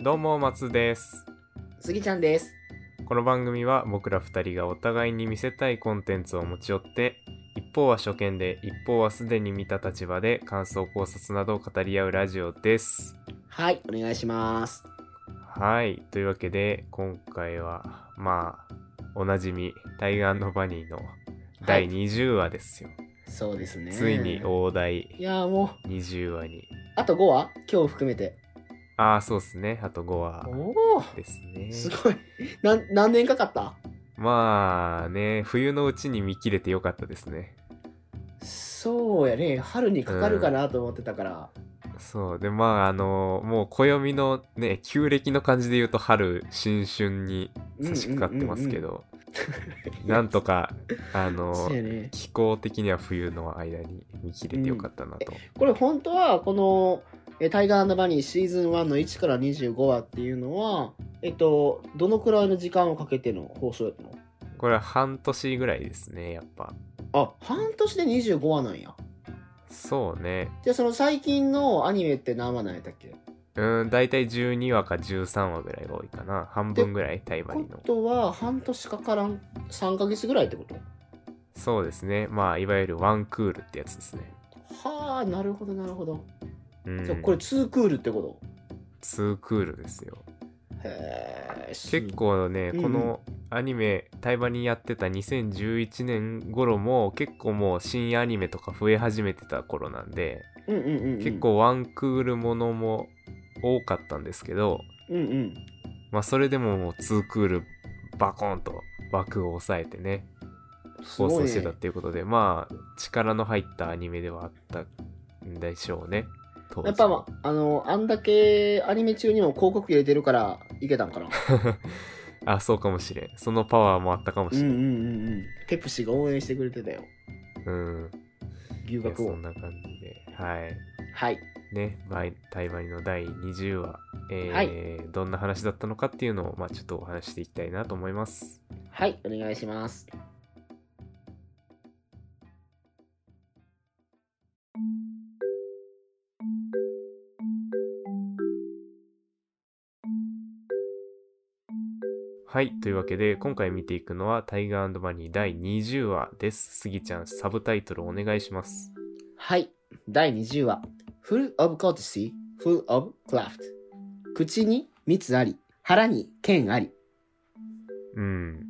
どうも松ですすぎちゃんです。この番組は僕ら2人がお互いに見せたいコンテンツを持ち寄って一方は初見で一方はすでに見た立場で感想考察などを語り合うラジオですはい、お願いします。はいというわけで今回はまあおなじみ「対岸のバニー」の第20話ですよ、そうですね。ついに大い台やーもう、 20話にあと5話今日含めて。ああそうですねあと5話おお、ですねすごい。なん何年かかったまあね冬のうちに見切れてよかったですねそうやね。春にかかるかなと思ってたから。そうでまああのもう暦のね旧暦の感じで言うと春新春に差し掛かってますけど、なんとかあのそうやね。気候的には冬の間に見切れてよかったなと、これ本当は、この、えタイガーバニーシーズン1の1から25話っていうのは、えっと、どのくらいの時間をかけての放送やったのこれは半年ぐらいですねやっぱあ、半年で25話なんや。そうねじゃあその最近のアニメって何話なんやったっけうん大体12話か13話ぐらいが多いかな半分ぐらいタイバリこのとは半年かからん3ヶ月ぐらいってことそうですねまあいわゆるワンクールってやつですねはあなるほどなるほど、うんそうこれ2クールってことツークールですよへえ結構ね、うんこのアニメ対話にやってた2011年頃も結構もう新アニメとか増え始めてた頃なんで、うんうんうんうん結構ワンクールものも多かったんですけどうんうんまあそれでももうツークールバコンと枠を抑えてねす放ごい送ねしてたっていうことで、まあ力の入ったアニメではあったんでしょうね当時やっぱ、まあ、あのあんだけアニメ中にも広告入れてるからいけた んかなあそうかもしれんそのパワーもあったかもうんしうれんん、うんうんペプシが応援してくれてたようん、留いや学そをんな感じではいはいね、バイタイバリの第20話、えーはいどんな話だったのかっていうのを、まあ、ちょっとお話ししていきたいなと思います。はいお願いしますはい、というわけで今回見ていくのは「タイガーバニー」第20話です。スギちゃん、サブタイトルお願いします。はい。第20話。Full of courtesy, full of craft. 口に蜜あり、腹に剣あり。うん、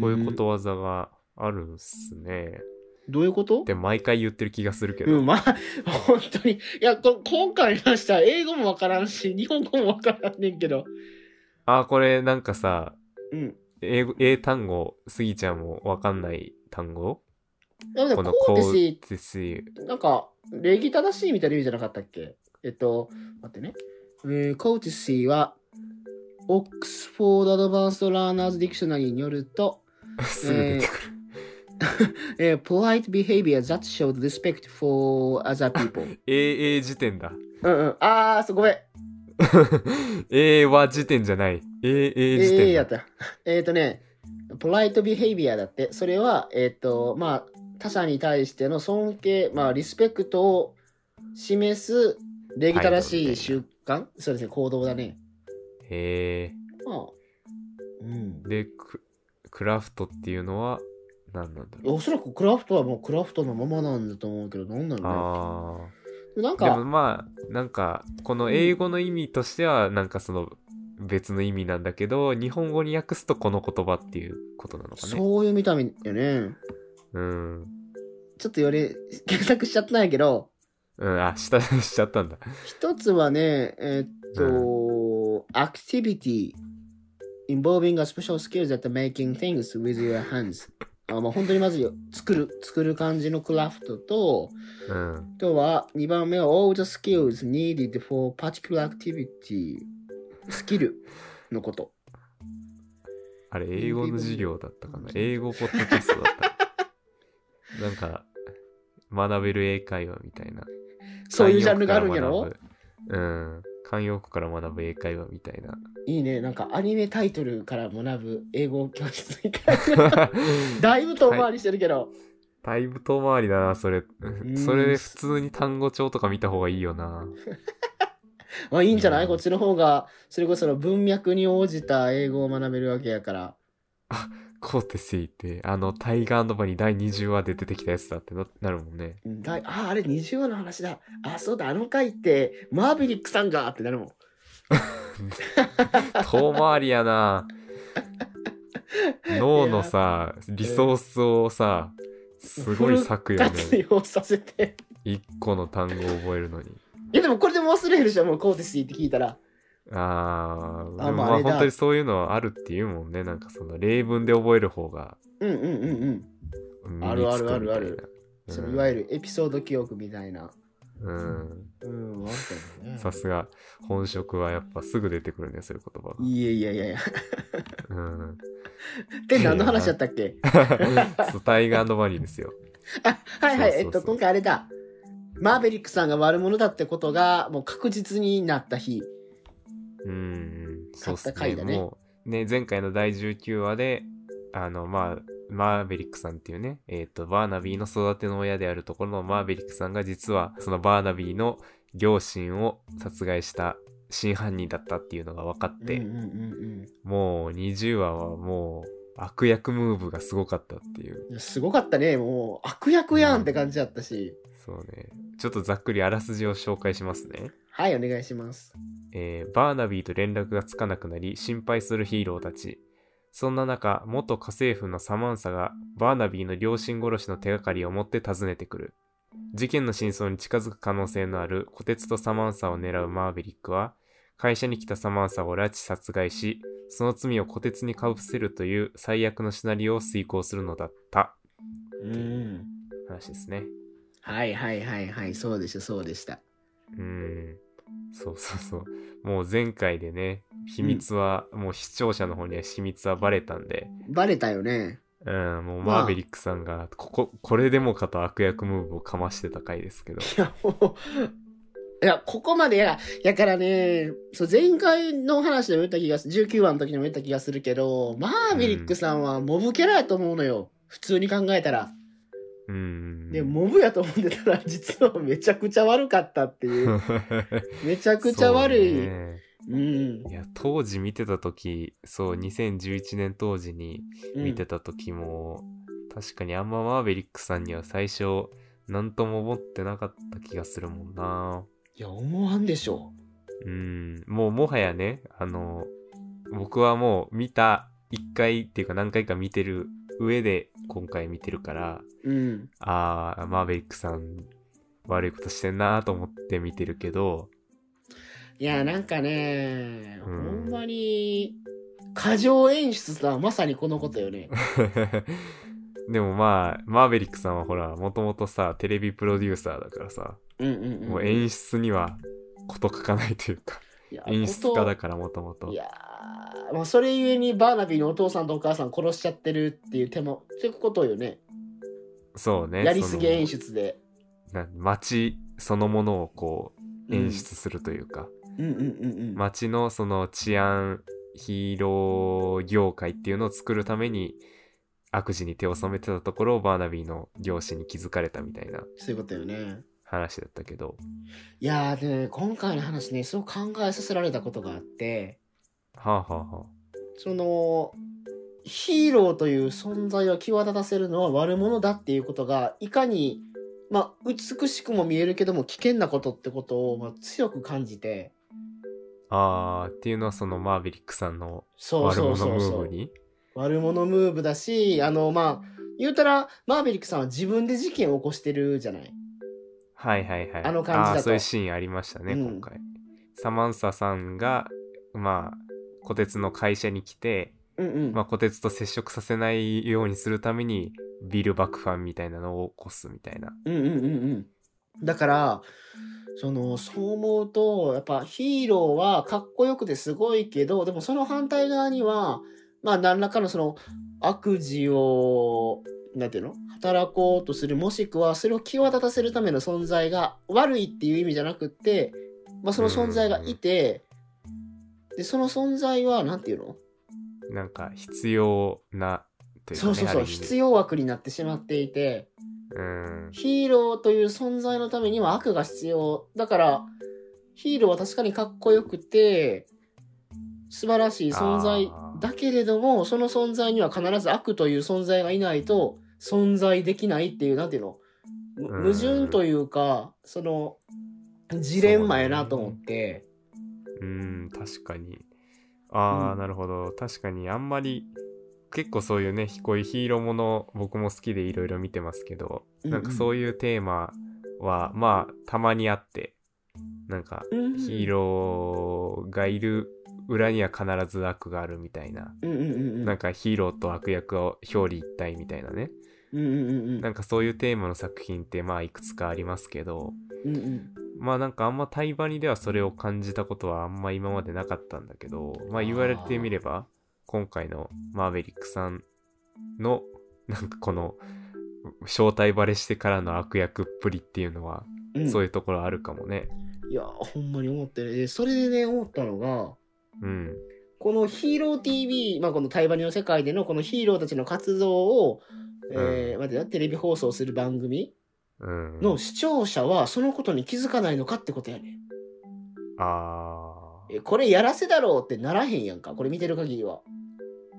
こういうことわざがあるんすね。うん。どういうことで、毎回言ってる気がするけど、うん、まあ、本当に。いや、こ今回に関しては英語もわからんし、日本語もわからんねんけど。あー、これなんかさ、うん。英語英単語、スギちゃんもわかんない単語でもね、このコーテシテシー、なんか、礼儀正しいみたいな意味じゃなかったっけえっと、待ってね。えー、コーテシーは、オックスフォード・アドバンスト・ラーナーズ・ディクショナリーによると、 すぐ出てくる。えー polite behavior that showed respect for other people. 英英辞典だ。 うんうん。あー、そうごめん。英和辞典じゃない。英え英辞ー、典やだ。った。えっ、ー、とね、polite behavior だって、それは、えっ、と、まあ、他者に対しての尊敬、まあ、リスペクトを示す礼儀正しい習慣そうですね、行動だね。へえ。まあ、うん。で、ククラフトっていうのは何なんだろう。おそらくクラフトはもうクラフトのままなんだと思うけど、どんなのあなんあ。でもか、まあ、なんか、この英語の意味としては、なんかその別の意味なんだけど、日本語に訳すとこの言葉っていうことなのかね。そういう見た目よね。うん。ちょっとより検索しちゃったんやけど、うん、あ、下しちゃったんだ。 一つはね、えーっと、activity involving a special skill that making things with your hands。あまあ、本当にまずいよ。作る、作る感じのクラフトと、うん。あとは2番目は all the skills needed for particular activity。スキルのこと。あれ、英語の授業だったかな。英語ポッドキャストだった。なんか、学べる英会話みたいな。そういうジャンルがあるんや慣用ろ句から学ぶうん。慣用句から学ぶ英会話みたいな。いいね。なんかアニメタイトルから学ぶ英語教室みたい な。 だいぶ遠回りしてるけど。だいぶ遠回りだな、それん。それ普通に単語帳とか見た方がいいよな。まあいいんじゃなういんこっちの方が、それこその文脈に応じた英語を学べるわけやから。コーテスイって、あの、タイガーバに第20話で出てきたやつだってななるもんね。だいあ、あれ20話の話だ。あ、そうだ、あの回って、マーヴェリックさんがってなるもん。遠回りや な脳のさ、リソースをさ、すごい割 くよ活ね。用させて。一個の単語を覚えるのに。いや、でもこれでも忘れるじゃん、もうコーテスイって聞いたら。あー、あでもままあああれだ本当にそういうのはあるっていうもんね。なんかその例文で覚える方がうんうんうんうん。身につくみたいな。あるあるあるあるうん。そのいわゆるエピソード記憶みたいな。うん。うん、あったよねさすが、本職はやっぱすぐ出てくるね、そういう言葉が。いやいやいやいや。うん。 で、何の話だったっ けそうタイガーバニーですよ。あ、はいはい、そうえそうそうっと、今回あれだ。マーベリックさんが悪者だってことが、もう確実になった日。うん、そうっす買ね。った回だねもう、ね、前回の第19話で、あの、まあ、マーベリックさんっていうね、えっ、と、バーナビーの育ての親であるところのマーベリックさんが実は、そのバーナビーの両親を殺害した真犯人だったっていうのが分かって、うんうんうんもう20話はもう悪役ムーブがすごかったっていう。うん。すごかったね。もう、悪役やんって感じだったし。そうね。ちょっとざっくりあらすじを紹介しますね。はい、お願いします。えーバーナビーと連絡がつかなくなり心配するヒーローたちそんな中元家政婦のサマンサがバーナビーの両親殺しの手がかりを持って訪ねてくる事件の真相に近づく可能性のある虎鉄とサマンサを狙うマーヴェリックは会社に来たサマンサを拉致殺害しその罪を虎鉄にかぶせるという最悪のシナリオを遂行するのだったうん。話ですねはいはいはいはい、そうでした、そうでした。うんそうそうそう。もう前回でね、秘密は、もう視聴者の方には秘密はバレたんで、バレたよね。うん、もうまあマーベリックさんが、ここ、これでもかと悪役ムーブをかましてた回ですけど。いや、もう、いや、ここまでや、やからね、そう、前回の話でも言った気がする、19話の時にも言った気がするけど、マーヴェリックさんはモブキャラやと思うのよ。普通に考えたら。うん。で、モブやと思ってたら、実はめちゃくちゃ悪かったっていう。 めちゃくちゃ悪い。そううねん。いや、当時見てた時、そう、2011年当時にうん見てた時も、確かにあんまマーベリックさんには最初、なんとも思ってなかった気がするもんないや、思わんでしょうん、もうもはやね、あの、僕はもう見た、一回っていうか何回か見てる上で今回見てるから、う。うん。あー、マーベリックさん悪いことしてんなと思って見てるけど、 いや、なんかね、うんほんまに、過剰演出とはまさにこのことよね。 でもまあ、マーベリックさんはほら、もともとさ、テレビプロデューサーだからさ、うんうんうん。もう演出にはこと書かないというか、いや演出家だからもともとい。やー、まあ、それゆえにバーナビーのお父さんとお母さん殺しちゃってるっていう手も、そういうことよね。そうね。やりすぎその演出で。な街そのものをこう、うん演出するというか、うんうんうんうん。街のその治安ヒーロー業界っていうのを作るために悪事に手を染めてたところをバーナビーの業師に気づかれたみたいなそういうことよね。話だったけどいやー、でね、今回の話ね、そう考えさせられたことがあって、はあはあはその、ヒーローという存在を際立たせるのは悪者だっていうことが、いかに、まあ、美しくも見えるけども、危険なことってことを、まあ、強く感じて、ああーっていうのはそのマーヴェリックさんのそう悪そう者そムうーそうブ。に悪者ムーブだし、あの、まあ、言うたら、マーベリックさんは自分で事件を起こしてるじゃない。はいはいはいあの感じだとーそういうシーンありましたね、うん今回サマンサさんがまあ虎鉄の会社に来てうんうん。まあ、虎鉄と接触させないようにするためにビル爆破みたいなのを起こすみたいな。うんうんうんうん。だから、その、そう思うと、やっぱヒーローはかっこよくてすごいけど、でもその反対側には、まあ、何らかのその、悪事を、なんていうの働こうとする、もしくはそれを際立たせるための存在が悪いっていう意味じゃなくって、まあ、その存在がいて、で、その存在は、なんていうのなんか必要なというか、そね、うそうそう必要枠になってしまっていて要。うん。ヒーローという存在のためには悪が必要だからヒーローは確かにかっこよくて、素晴らしい存在あーだけれども、その存在には必ず悪という存在がいないと存在できないっていう、なんていうの、むうん矛盾というか、その、ジレンマやなと思って。うん確かにああ、うんなるほど確かにあんまり結構そういうねこういうヒーローもの僕も好きでいろいろ見てますけど、なんかそういうテーマはまあたまにあってなんかうんうん、ヒーローがいる裏には必ず悪があるみたいな、うんうんうんうん。なんかヒーローと悪役を表裏一体みたいなね、うんうんうんなんかそういうテーマの作品ってまあいくつかありますけど、うんうんまあなんかあんま対バニではそれを感じたことはあんま今までなかったんだけど、まあ言われてみれば、今回のマーベリックさんの、なんかこの、正体バレしてからの悪役っぷりっていうのは、うんそういうところあるかもね。いやほんまに思ってるでそれでね思ったのがうん。このヒーロー TV、まあ、この対バニの世界でのこのヒーローたちの活動を、えー待てよテレビ放送する番組うん。の視聴者はそのことに気づかないのかってことやねんあえこれやらせだろうってならへんやんかこれ見てる限りは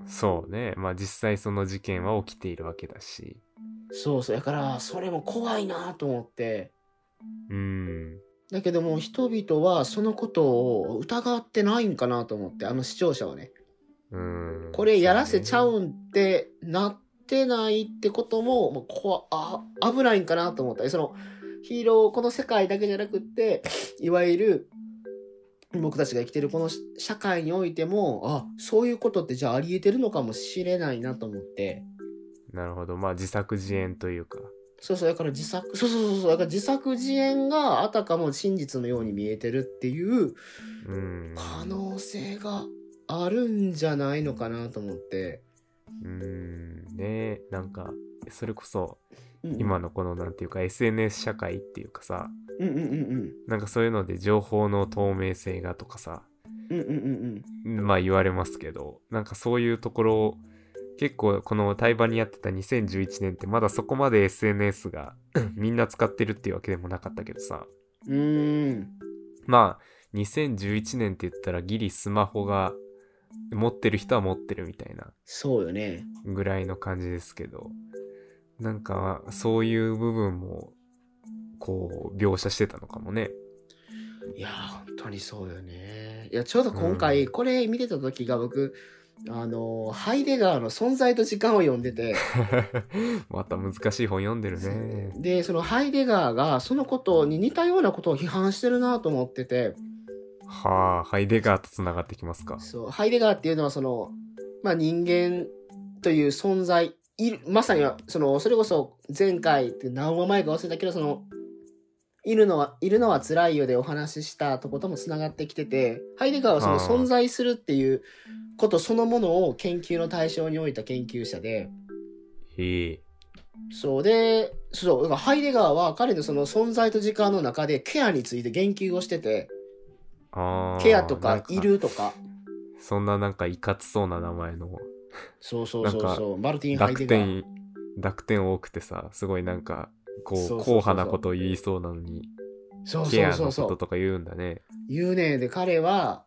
あ、そうね。まあ実際その事件は起きているわけだし。そうそうだからそれも怖いなと思ってうん。だけども人々はそのことを疑ってないんかなと思ってあの視聴者はねうん。これやらせちゃそうねうんってなってないってことも、もうこわあ危ないんかなと思ったりそのヒーローこの世界だけじゃなくっていわゆる僕たちが生きてるこのし社会においてもあそういうことってじゃあありえてるのかもしれないなと思ってなるほど。まあ自作自演というか。そうそうだから自作そうそうそうそうだから自作自演があたかも真実のように見えてるっていううん。可能性があるんじゃないのかなと思って、うーんねえなんかそれこそうん今のこのなんていうか SNS 社会っていうかさうんうんうんうんなんかそういうので情報の透明性がとかさうんうんうんまあ言われますけどなんかそういうところを結構この対バにやってた2011年ってまだそこまで SNS が みんな使ってるっていうわけでもなかったけどさうんうーんまあ2011年って言ったらギリスマホが持ってる人は持ってるみたいなそうよねぐらいの感じですけどなんかそういう部分もこう描写してたのかもね いやー本当にそうよねいやちょうど今回うんこれ見てた時が僕、あのーハイデガーの「存在と時間」を読んで て、また難しい本読んでるねでそのハイデガーがそのことに似たようなことを批判してるなと思っててはあハイデガーとつながってきますかそうハイデガーっていうのはその、まあ、人間という存在いるまさにはそのそれこそ前回って何話前か忘れたけどそのいるのはいるのは辛いよでお話ししたとこともつながってきててハイデガーはそのあー存在するっていうことそのものを研究の対象に置いた研究者でへえそうでそうだからハイデガーは彼のその存在と時間の中でケアについて言及をしててあーケアとなんかいるとかそんななんかいかつそうな名前のそうそうそうそうマルティン・ハイデ濁ガ点ー。濁点多くてさすごいなんかこうそうそうそうそう硬派なことを言いそうなのにそうケアそうのそこうそうととか言うんだね言うねで彼は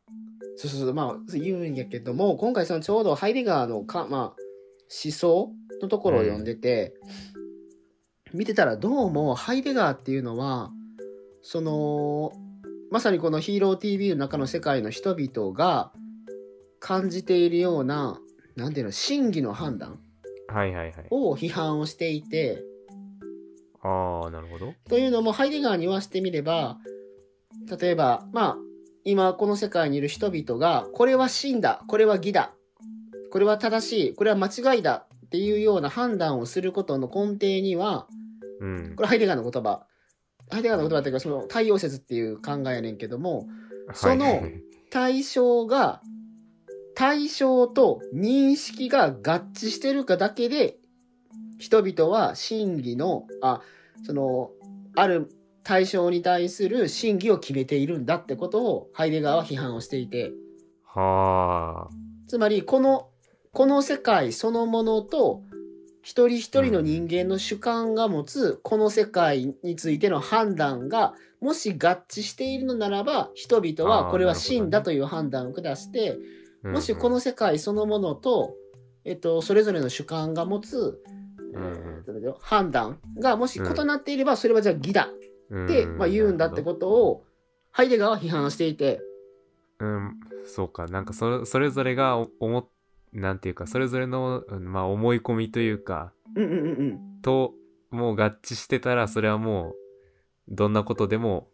そうそうそうまあそう言うんやけども今回そのちょうどハイデガーのか、まあ、思想のところを読んでて、見てたらどうもハイデガーっていうのはそのまさにこの「ヒーロー TV」の中の世界の人々が感じているようななんていうの真偽の判断はいはいはいを批判をしていて。ああなるほどというのもハイデガーに言わしてみれば例えばまあ今この世界にいる人々がこれは真だこれは偽だこれは正しいこれは間違いだっていうような判断をすることの根底にはうんこれハイデガーの言葉ハイデガーの言葉っていうかその太陽説っていう考えやねんけどもそのはいはい対象が対象と認識が合致してるかだけで人々は真偽のあそのある対象に対する真偽を決めているんだってことをハイデガーは批判をしていてはあつまりこのこの世界そのものと一人一人の人間の主観が持つこの世界についての判断がもし合致しているのならば人々あはーこれはなるほどね真だという判断を下してうんもしこの世界そのものと、えっと、それぞれの主観が持つ、えうんーどれだろう判断がもし異なっていればそれはじゃあ義だうんって、まあ、言うんだってことをハイデガーは批判していて。うん、そうか、なんかそれそれぞれがお思っ、なんていうか、それぞれの、うんまあ、思い込みというか、うんうんうんうんと、もう合致してたら、それはもう、どんなことでも、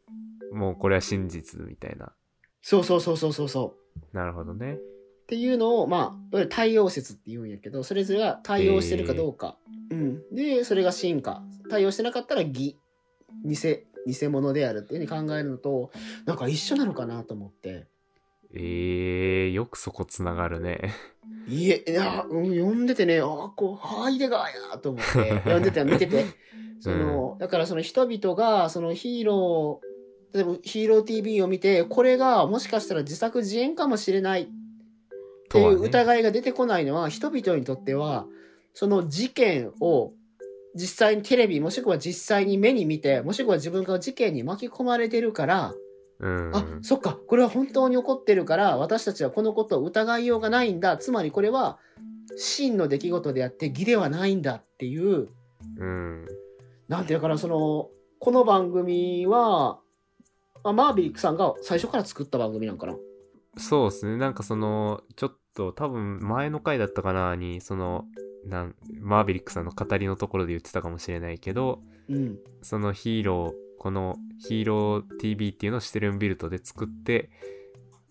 もうこれは真実みたいな。そうそうそうそうそうそう。なるほどね。っていうのを、まあ、いわゆる対応説って言うんやけど、それぞれが対応してるかどうか。うん。で、それが進化。対応してなかったら偽。偽、偽物であるっていうふうに考えるのと、なんか一緒なのかなと思って。えー、よくそこつながるね。 いえ、いや、うん、読んでてね、ああ、こう、ハイデガーやと思って、読んでて、見てて。その、だからその人々が、そのヒーロー、例えばヒーロー TV を見て、これがもしかしたら自作自演かもしれないってといはうね疑いが出てこないのは、人々にとってはその事件を実際にテレビもしくは実際に目に見てもしくは自分が事件に巻き込まれてるから、うん。あそっかこれは本当に起こってるから私たちはこのことを疑いようがないんだつまりこれは真の出来事であって義ではないんだっていううん。なんていうのかなそのこの番組は、まあ、マービリックさんが最初から作った番組なんかな。そうですね。なんかその、ちょっと多分前の回だったかなに、その、なんマーベリックさんの語りのところで言ってたかもしれないけど、うん、そのヒーロー、このヒーロー TV っていうのをシテルンビルトで作って、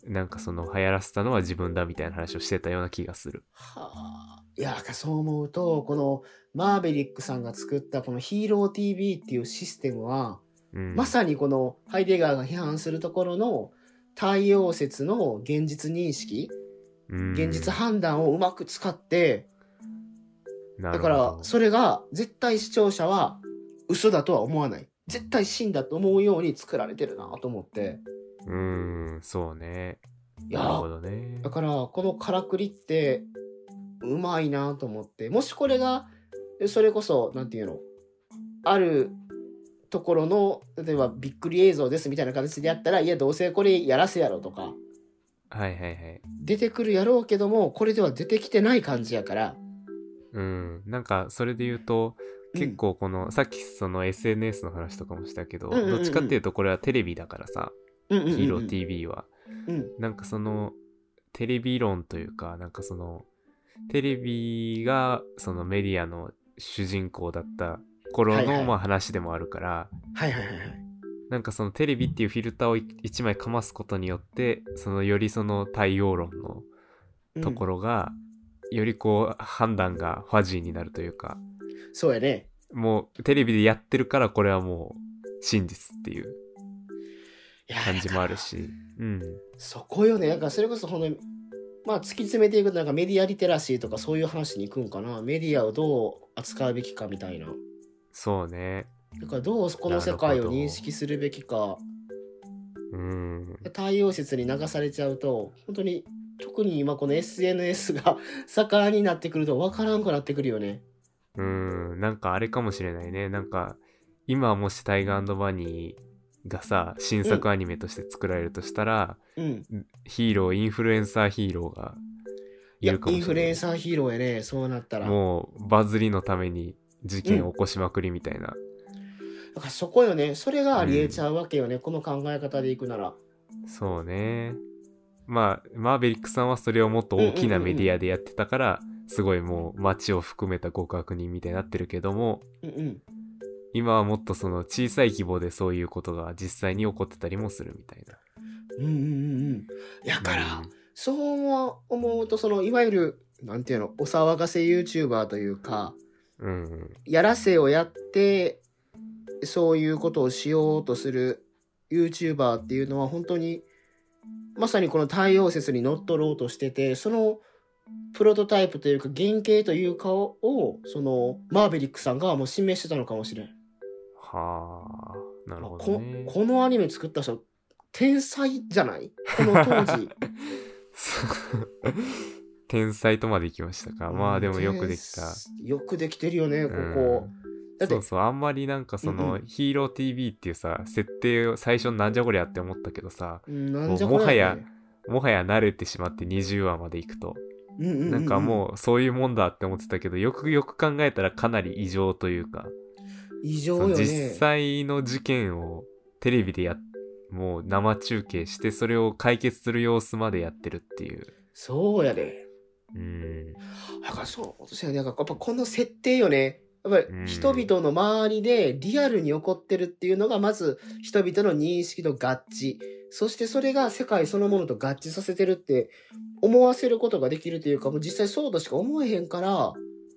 なんかその流行らせたのは自分だみたいな話をしてたような気がする。はあ、いやそう思うとこのマーベリックさんが作ったこの「ヒーロー TV」っていうシステムは、うん、まさにこのハイデガーが批判するところの対応説の現実認識うん現実判断をうまく使って、なだるほかどらそれが絶対視聴者は嘘だとは思わない絶対真だと思うように作られてるなと思ってうん、そうね。いやなるーほどねだ。からこのからくりってうまいなと思ってもしこれがそれこそなんていうのあるところの例えばびっくり映像ですみたいな形でやったらいやどうせこれやらせやろとかはいはいはい。出てくるやろうけどもこれでは出てきてない感じやからうん、なんかそれで言うと、うん結構この、さっきその SNS の話とかもしたけど、うんうんうんうんどっちかっていうとこれはテレビだからさ、ヒヒーロー TV は。うんなんかそのテレビ論というかなんかそのテレビがそのメディアの主人公だった頃はいはのいまあ話でもあるから、はいはいはいはいなんかそのテレビっていうフィルターをい一枚かますことによってそのよりその対応論のうんところが、よりこう判断がファジーになるというかそうやねもうテレビでやってるからこれはもう真実っていういやー感じもあるしうんそこよねだからそれこそほんとにまあ突き詰めていくとなんかメディアリテラシーとかそういう話に行くんかなメディアをどう扱うべきかみたいなそうねだからどうこの世界を認識するべきかうん対応説に流されちゃうと本当に特に今この SNS が 盛んになってくると分からんくなってくるよねうーん、なんかあれかもしれないね。なんか、今もしタイガーバニーがさ、新作アニメとして作られるとしたら、うんヒーロー、インフルエンサーヒーローがいいやるかイもンしフルエれンなサーヒーローやねそうなったらい。もう、バズりのために事件を起こしまくりみたいな。だからそこよねそれがありえちゃうわけよね、この考え方でいくならそうね。まあ、マーベリックさんはそれをもっと大きなメディアでやってたから、すごいもう街を含めた極悪人みたいになってるけども、うんうん今はもっとその小さい規模でそういうことが実際に起こってたりもするみたいな。うんうんうんうんやから、うんそう思うと、その、いわゆる、なんていうの、お騒がせ YouTuber というか、うんやらせをやって、そういうことをしようとする YouTuber っていうのは、本当に、まさにこの対応説にのっとろうとしてて、その、プロトタイプというか、原型というかを、その、マーベリックさんがもう示してたのかもしれん。はあ、なるほどこね。このアニメ作った人、天才じゃないこの当時。 天才とまでいきましたか。まあでもよくできた。よくできてるよね、ここ。だってそうそう、あんまりなんかその、うんうヒーロー TV っていうさ、設定を最初なんじゃこりゃって思ったけどさ、うんなんじゃこりゃもはやもはや慣れてしまって20話まで行くと、なんかうもうそういうもんだって思ってたけど、よくよく考えたらかなり異常というか、ん異そ常のよね実際の事件をテレビでやもう生中継してそれを解決する様子までやってるっていう。そうやでうん。だからそうそうやねなんかやっぱこの設定よねやっぱうんり人々の周りでリアルに起こってるっていうのがまず人々の認識と合致そしてそれが世界そのものと合致させてるって思わせることができるというかもう実際そうとしか思えへんから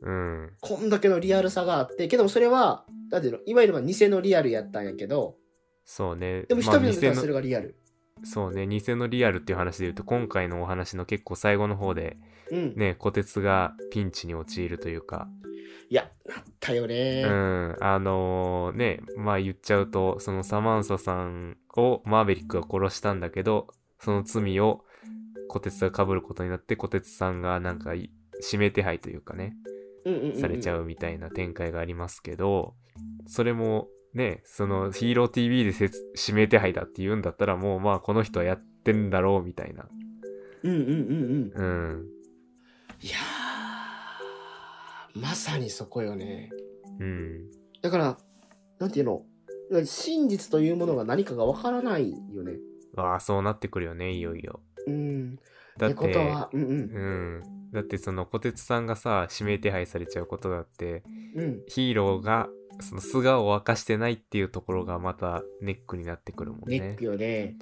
うん。こんだけのリアルさがあってけどもそれはなんていうのいわゆるまあ偽のリアルやったんやけどそうね。でも人まあ々に偽対のするがリアル、そうね、偽のリアルっていう話で言うと、今回のお話の結構最後の方で、うんね、小鉄がピンチに陥るというか、いやなったよね、うん、あのーね、まあ言っちゃうと、そのサマンサさんをマーベリックが殺したんだけど、その罪を小鉄が被ることになって、小鉄さんがなんかい指名手配というかね、うんうんうんうんされちゃうみたいな展開がありますけど、それもね、そのヒーロー TV でせつ指名手配だって言うんだったら、もうまあこの人はやってんだろうみたいな。うんうんうんううんん。いやーまさにそこよねうん。だからなんていうの真実というものが何かがわからないよねああ、そうなってくるよね、いよいよ。うんだって、ってことはうんうん。だってその小鉄さんがさ、指名手配されちゃうことだって、うんうんヒーローがその素顔を明かしてないっていうところがまたネックになってくるもんネッねク。よね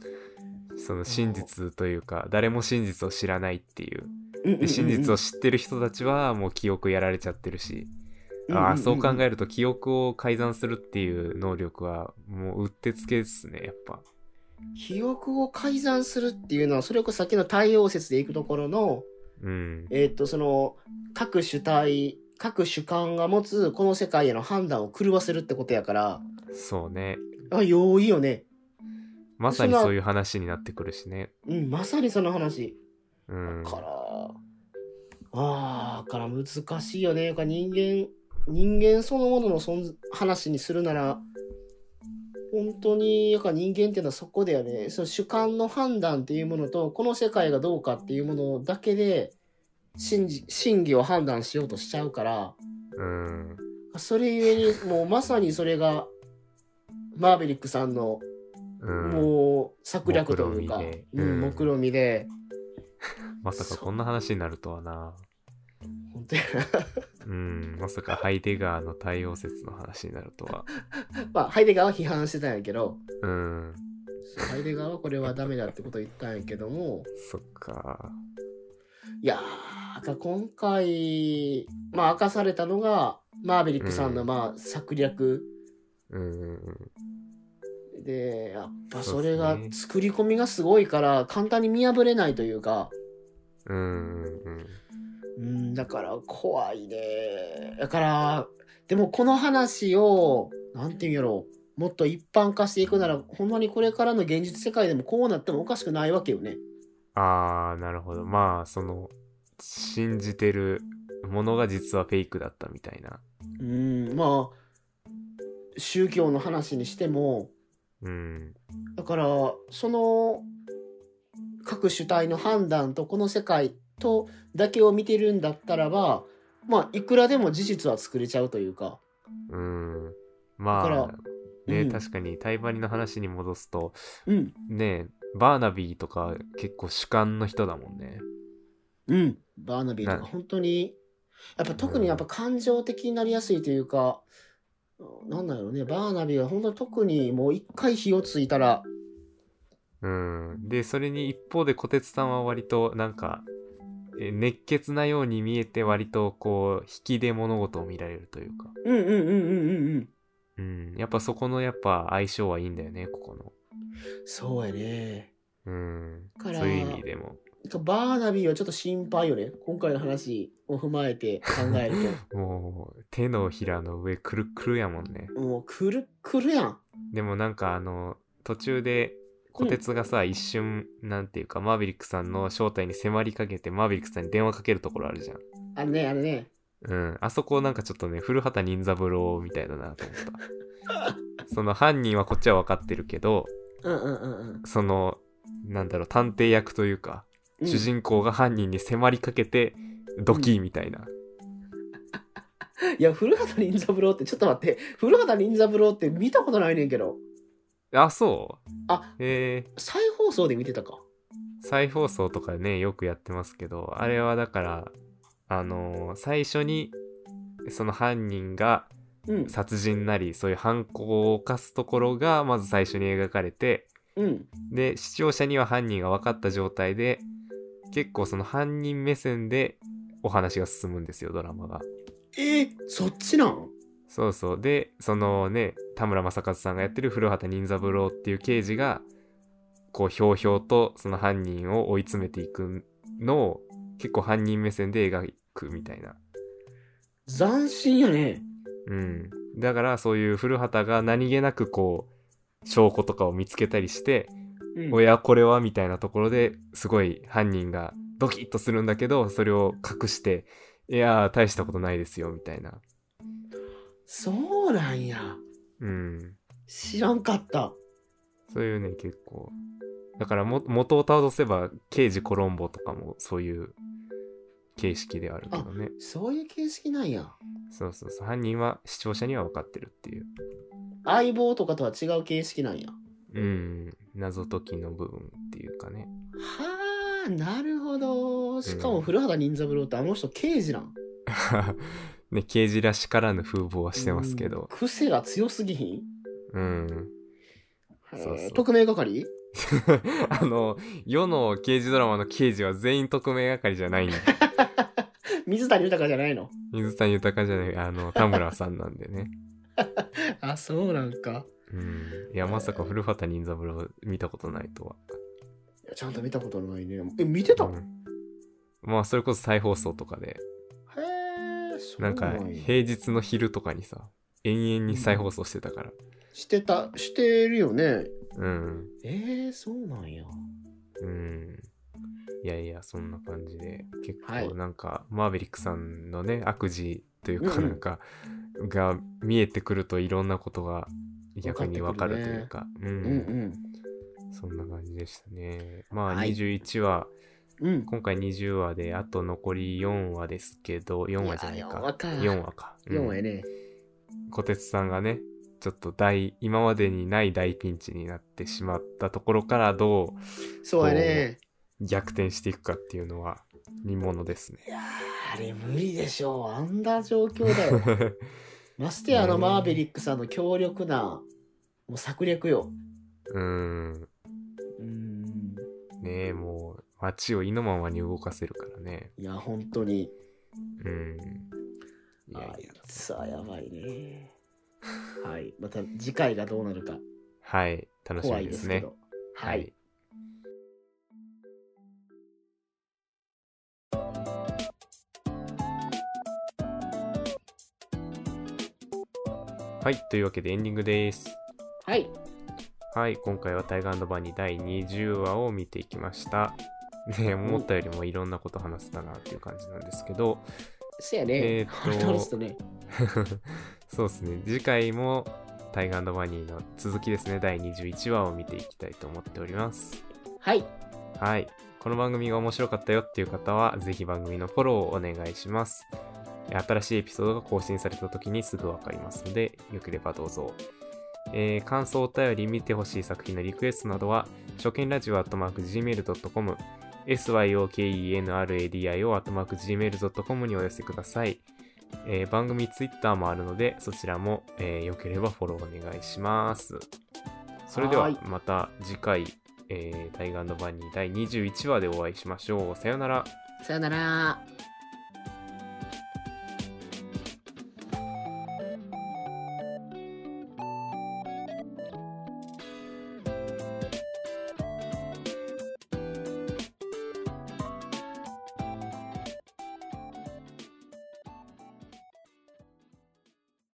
その真実というか、誰も真実を知らないっていう。うんうんうんうで、ん真実を知ってる人たちはもう記憶やられちゃってるし、んんんああ、そう考えると記憶を改ざんするっていう能力はもううってつけですね、やっぱ。記憶を改ざんするっていうのはそれこそさっきの太陽説でいくところのうん。えっ、とその各主体各主観が持つこの世界への判断を狂わせるってことやからそうね。あ容易よねまさにそういう話になってくるしね。うんまさにその話うん。だから、ああ、だから難しいよね。だから人間、人間そのものの存話にするなら、本当に、だから人間っていうのはそこだよね。その主観の判断っていうものと、この世界がどうかっていうものだけで、真じ真偽を判断しようとしちゃうから、うん。それゆえに、もうまさにそれが、マーベリックさんの、うん、もう策略というか、目論見でうん、うん目論見で、まさかこんな話になるとはな。本当やな。うん、まさかハイデガーの対応説の話になるとは。 まあ、ハイデガーは批判してたんやけど、うん、ハイデガーはこれはダメだってことを言ったんやけども、そっか。いやー、今回、まあ、明かされたのが、マーベリックさんうのんまあ策略うん、で、やっぱそうそっすねれが作り込みがすごいから、簡単に見破れないというか、うん、うん、うん、だから怖いね。だから、でもこの話を、なんていうんやろもっと一般化していくなら、ほんまにこれからの現実世界でもこうなってもおかしくないわけよね。あー、なるほど。まあ、その、信じてるものが実はフェイクだったみたいな。うんまあ宗教の話にしてもうん、だからその各主体の判断とこの世界とだけを見てるんだったらばまあいくらでも事実は作れちゃうというかうん。まだあか、ね、うん確かに、タイバリの話に戻すと、うんね、バーナビーとか結構主観の人だもんね。うんバーナビーとなか本当にやっぱ特にやっぱ感情的になりやすいというか、なんだろうねバーナビーは本当に特にもう一回火をついたらうん、でそれに一方で小鉄さんは割となんかえー熱血なように見えて割とこう引きで物事を見られるというか、うんうんうんうんうんうんうん、やっぱそこのやっぱ相性はいいんだよねここの、そうやねうん、そかうらいう意味でもバーナビーはちょっと心配よね。今回の話を踏まえて考えるもう手のひらの上く るくるやもんねと。もう、くるっくるやん。でもなんかあの途中で小鉄がさ、一瞬、なんていうか、マーヴェリックさんの正体に迫りかけて、マーヴェリックさんに電話かけるところあるじゃん。あるね、あるね。うん。あそこなんかちょっとね、古畑任三郎みたいだなと思っ た。その犯人はこっちは分かってるけど、うんうんうんうんその、なんだろう、探偵役というか、うん。主人公が犯人に迫りかけて、ドキーみたいな。いや、古畑任三郎って、ちょっと待って、古畑任三郎って見たことないねんけど、あ、そうあえ再放送で見てたか。ー、再放送とかね、よくやってますけど、あれはだから、あのー最初に、その犯人がうん。殺人なり、そういう犯行を犯すところが、まず最初に描かれて、うん。で、視聴者には犯人が分かった状態で、結構その犯人目線でお話が進むんですよ、ドラマが。えー、そっちなんそうそう。で、そのね、田村正和さんがやってる古畑任三郎っていう刑事が、こう、ひょうひょうとその犯人を追い詰めていくのを、結構犯人目線で描くみたいな。斬新やね。うん。だから、そういう古畑が何気なくこう、証拠とかを見つけたりして、うん、おやこれはみたいなところですごい犯人がドキッとするんだけどそれを隠していやー大したことないですよみたいなそうなんや。うん知らんかった。そういうね結構だからも元を倒せば刑事コロンボとかもそういう形式ではあるけどねそういう形式なんや。そうそうそう犯人は視聴者には分かってるっていう相棒とかとは違う形式なんや。うん謎解きの部分っていうかね はあ、なるほど。しかうもん古畑任三郎ってあの人刑事なん。ね刑事らしからぬ風貌はしてますけうんど癖が強すぎひんうんへそうそえう特命係あの、世の刑事ドラマの刑事は全員特命係じゃないんで、水谷豊じゃないの水谷豊じゃない、あの、田村さんなんでね。あ、そうなんか。うん。いや、まさか古畑任三郎見たことないとは。いやちゃんと見たことないね。え、見てた、うへんまあ、それこそ再放送とかで、え、そうななんんやか、平日の昼とかにさ、延々に再放送してたから。してた、してるよね。うん。えー、そうなんや。うん。いやいや、そんな感じで、結はい構なんか、マーヴェリックさんのね、悪事といううんかうんなんか、が見えてくるといろんなことが逆にわわかかってくるるねというか、う、うんんそんな感じでしたね。まあ、はい21話、うん。うん。今回20話で、あと残り4話ですけど、4話じゃないいや4か。話か4話か。 4話うやんね。小鉄さんがね、ちょっと大、今までにない大ピンチになってしまったところからどう、そうやね。逆転していくかっていうのは見ものですね。 いやーあれ無理でしょう。あんな状況だ よ。ましてやあのねえマーベリックさんの強力なもう策略よ。うーん。うーん。ねえ、もう街を意のままに動かせるからね。いや、本当に。うん。いやいあいや。つはやばいね。はい。また次回がどうなるかはい。楽し怖みいでですすね。けど。はい。。はい。というわけでエンディングです。はい。はい、今回はタイガーバニー第20話を見ていきました。ね、思ったよりもいろんなこと話せたなっていう感じなんですけど、 せやね。えーっと これ倒すとね。そうですね、次回もタイガーバニーの続きですね、第21話を見ていきたいと思っております。はい。はい、この番組が面白かったよっていう方は、ぜひ番組のフォローをお願いします。新しいエピソードが更新された時にすぐわかりますので、よければどうぞ。えー感想、お便り、見てほしい作品のリクエストなどは、初見ラジオアットマーク Gmail.com、syokenradio アットマーク Gmail.com にお寄せください。えー番組ツイッターもあるので、そちらも、えーよければフォローお願いします。それでははーい、また次回、えータイガーバニー第21話でお会いしましょう。さようなら。さよなら。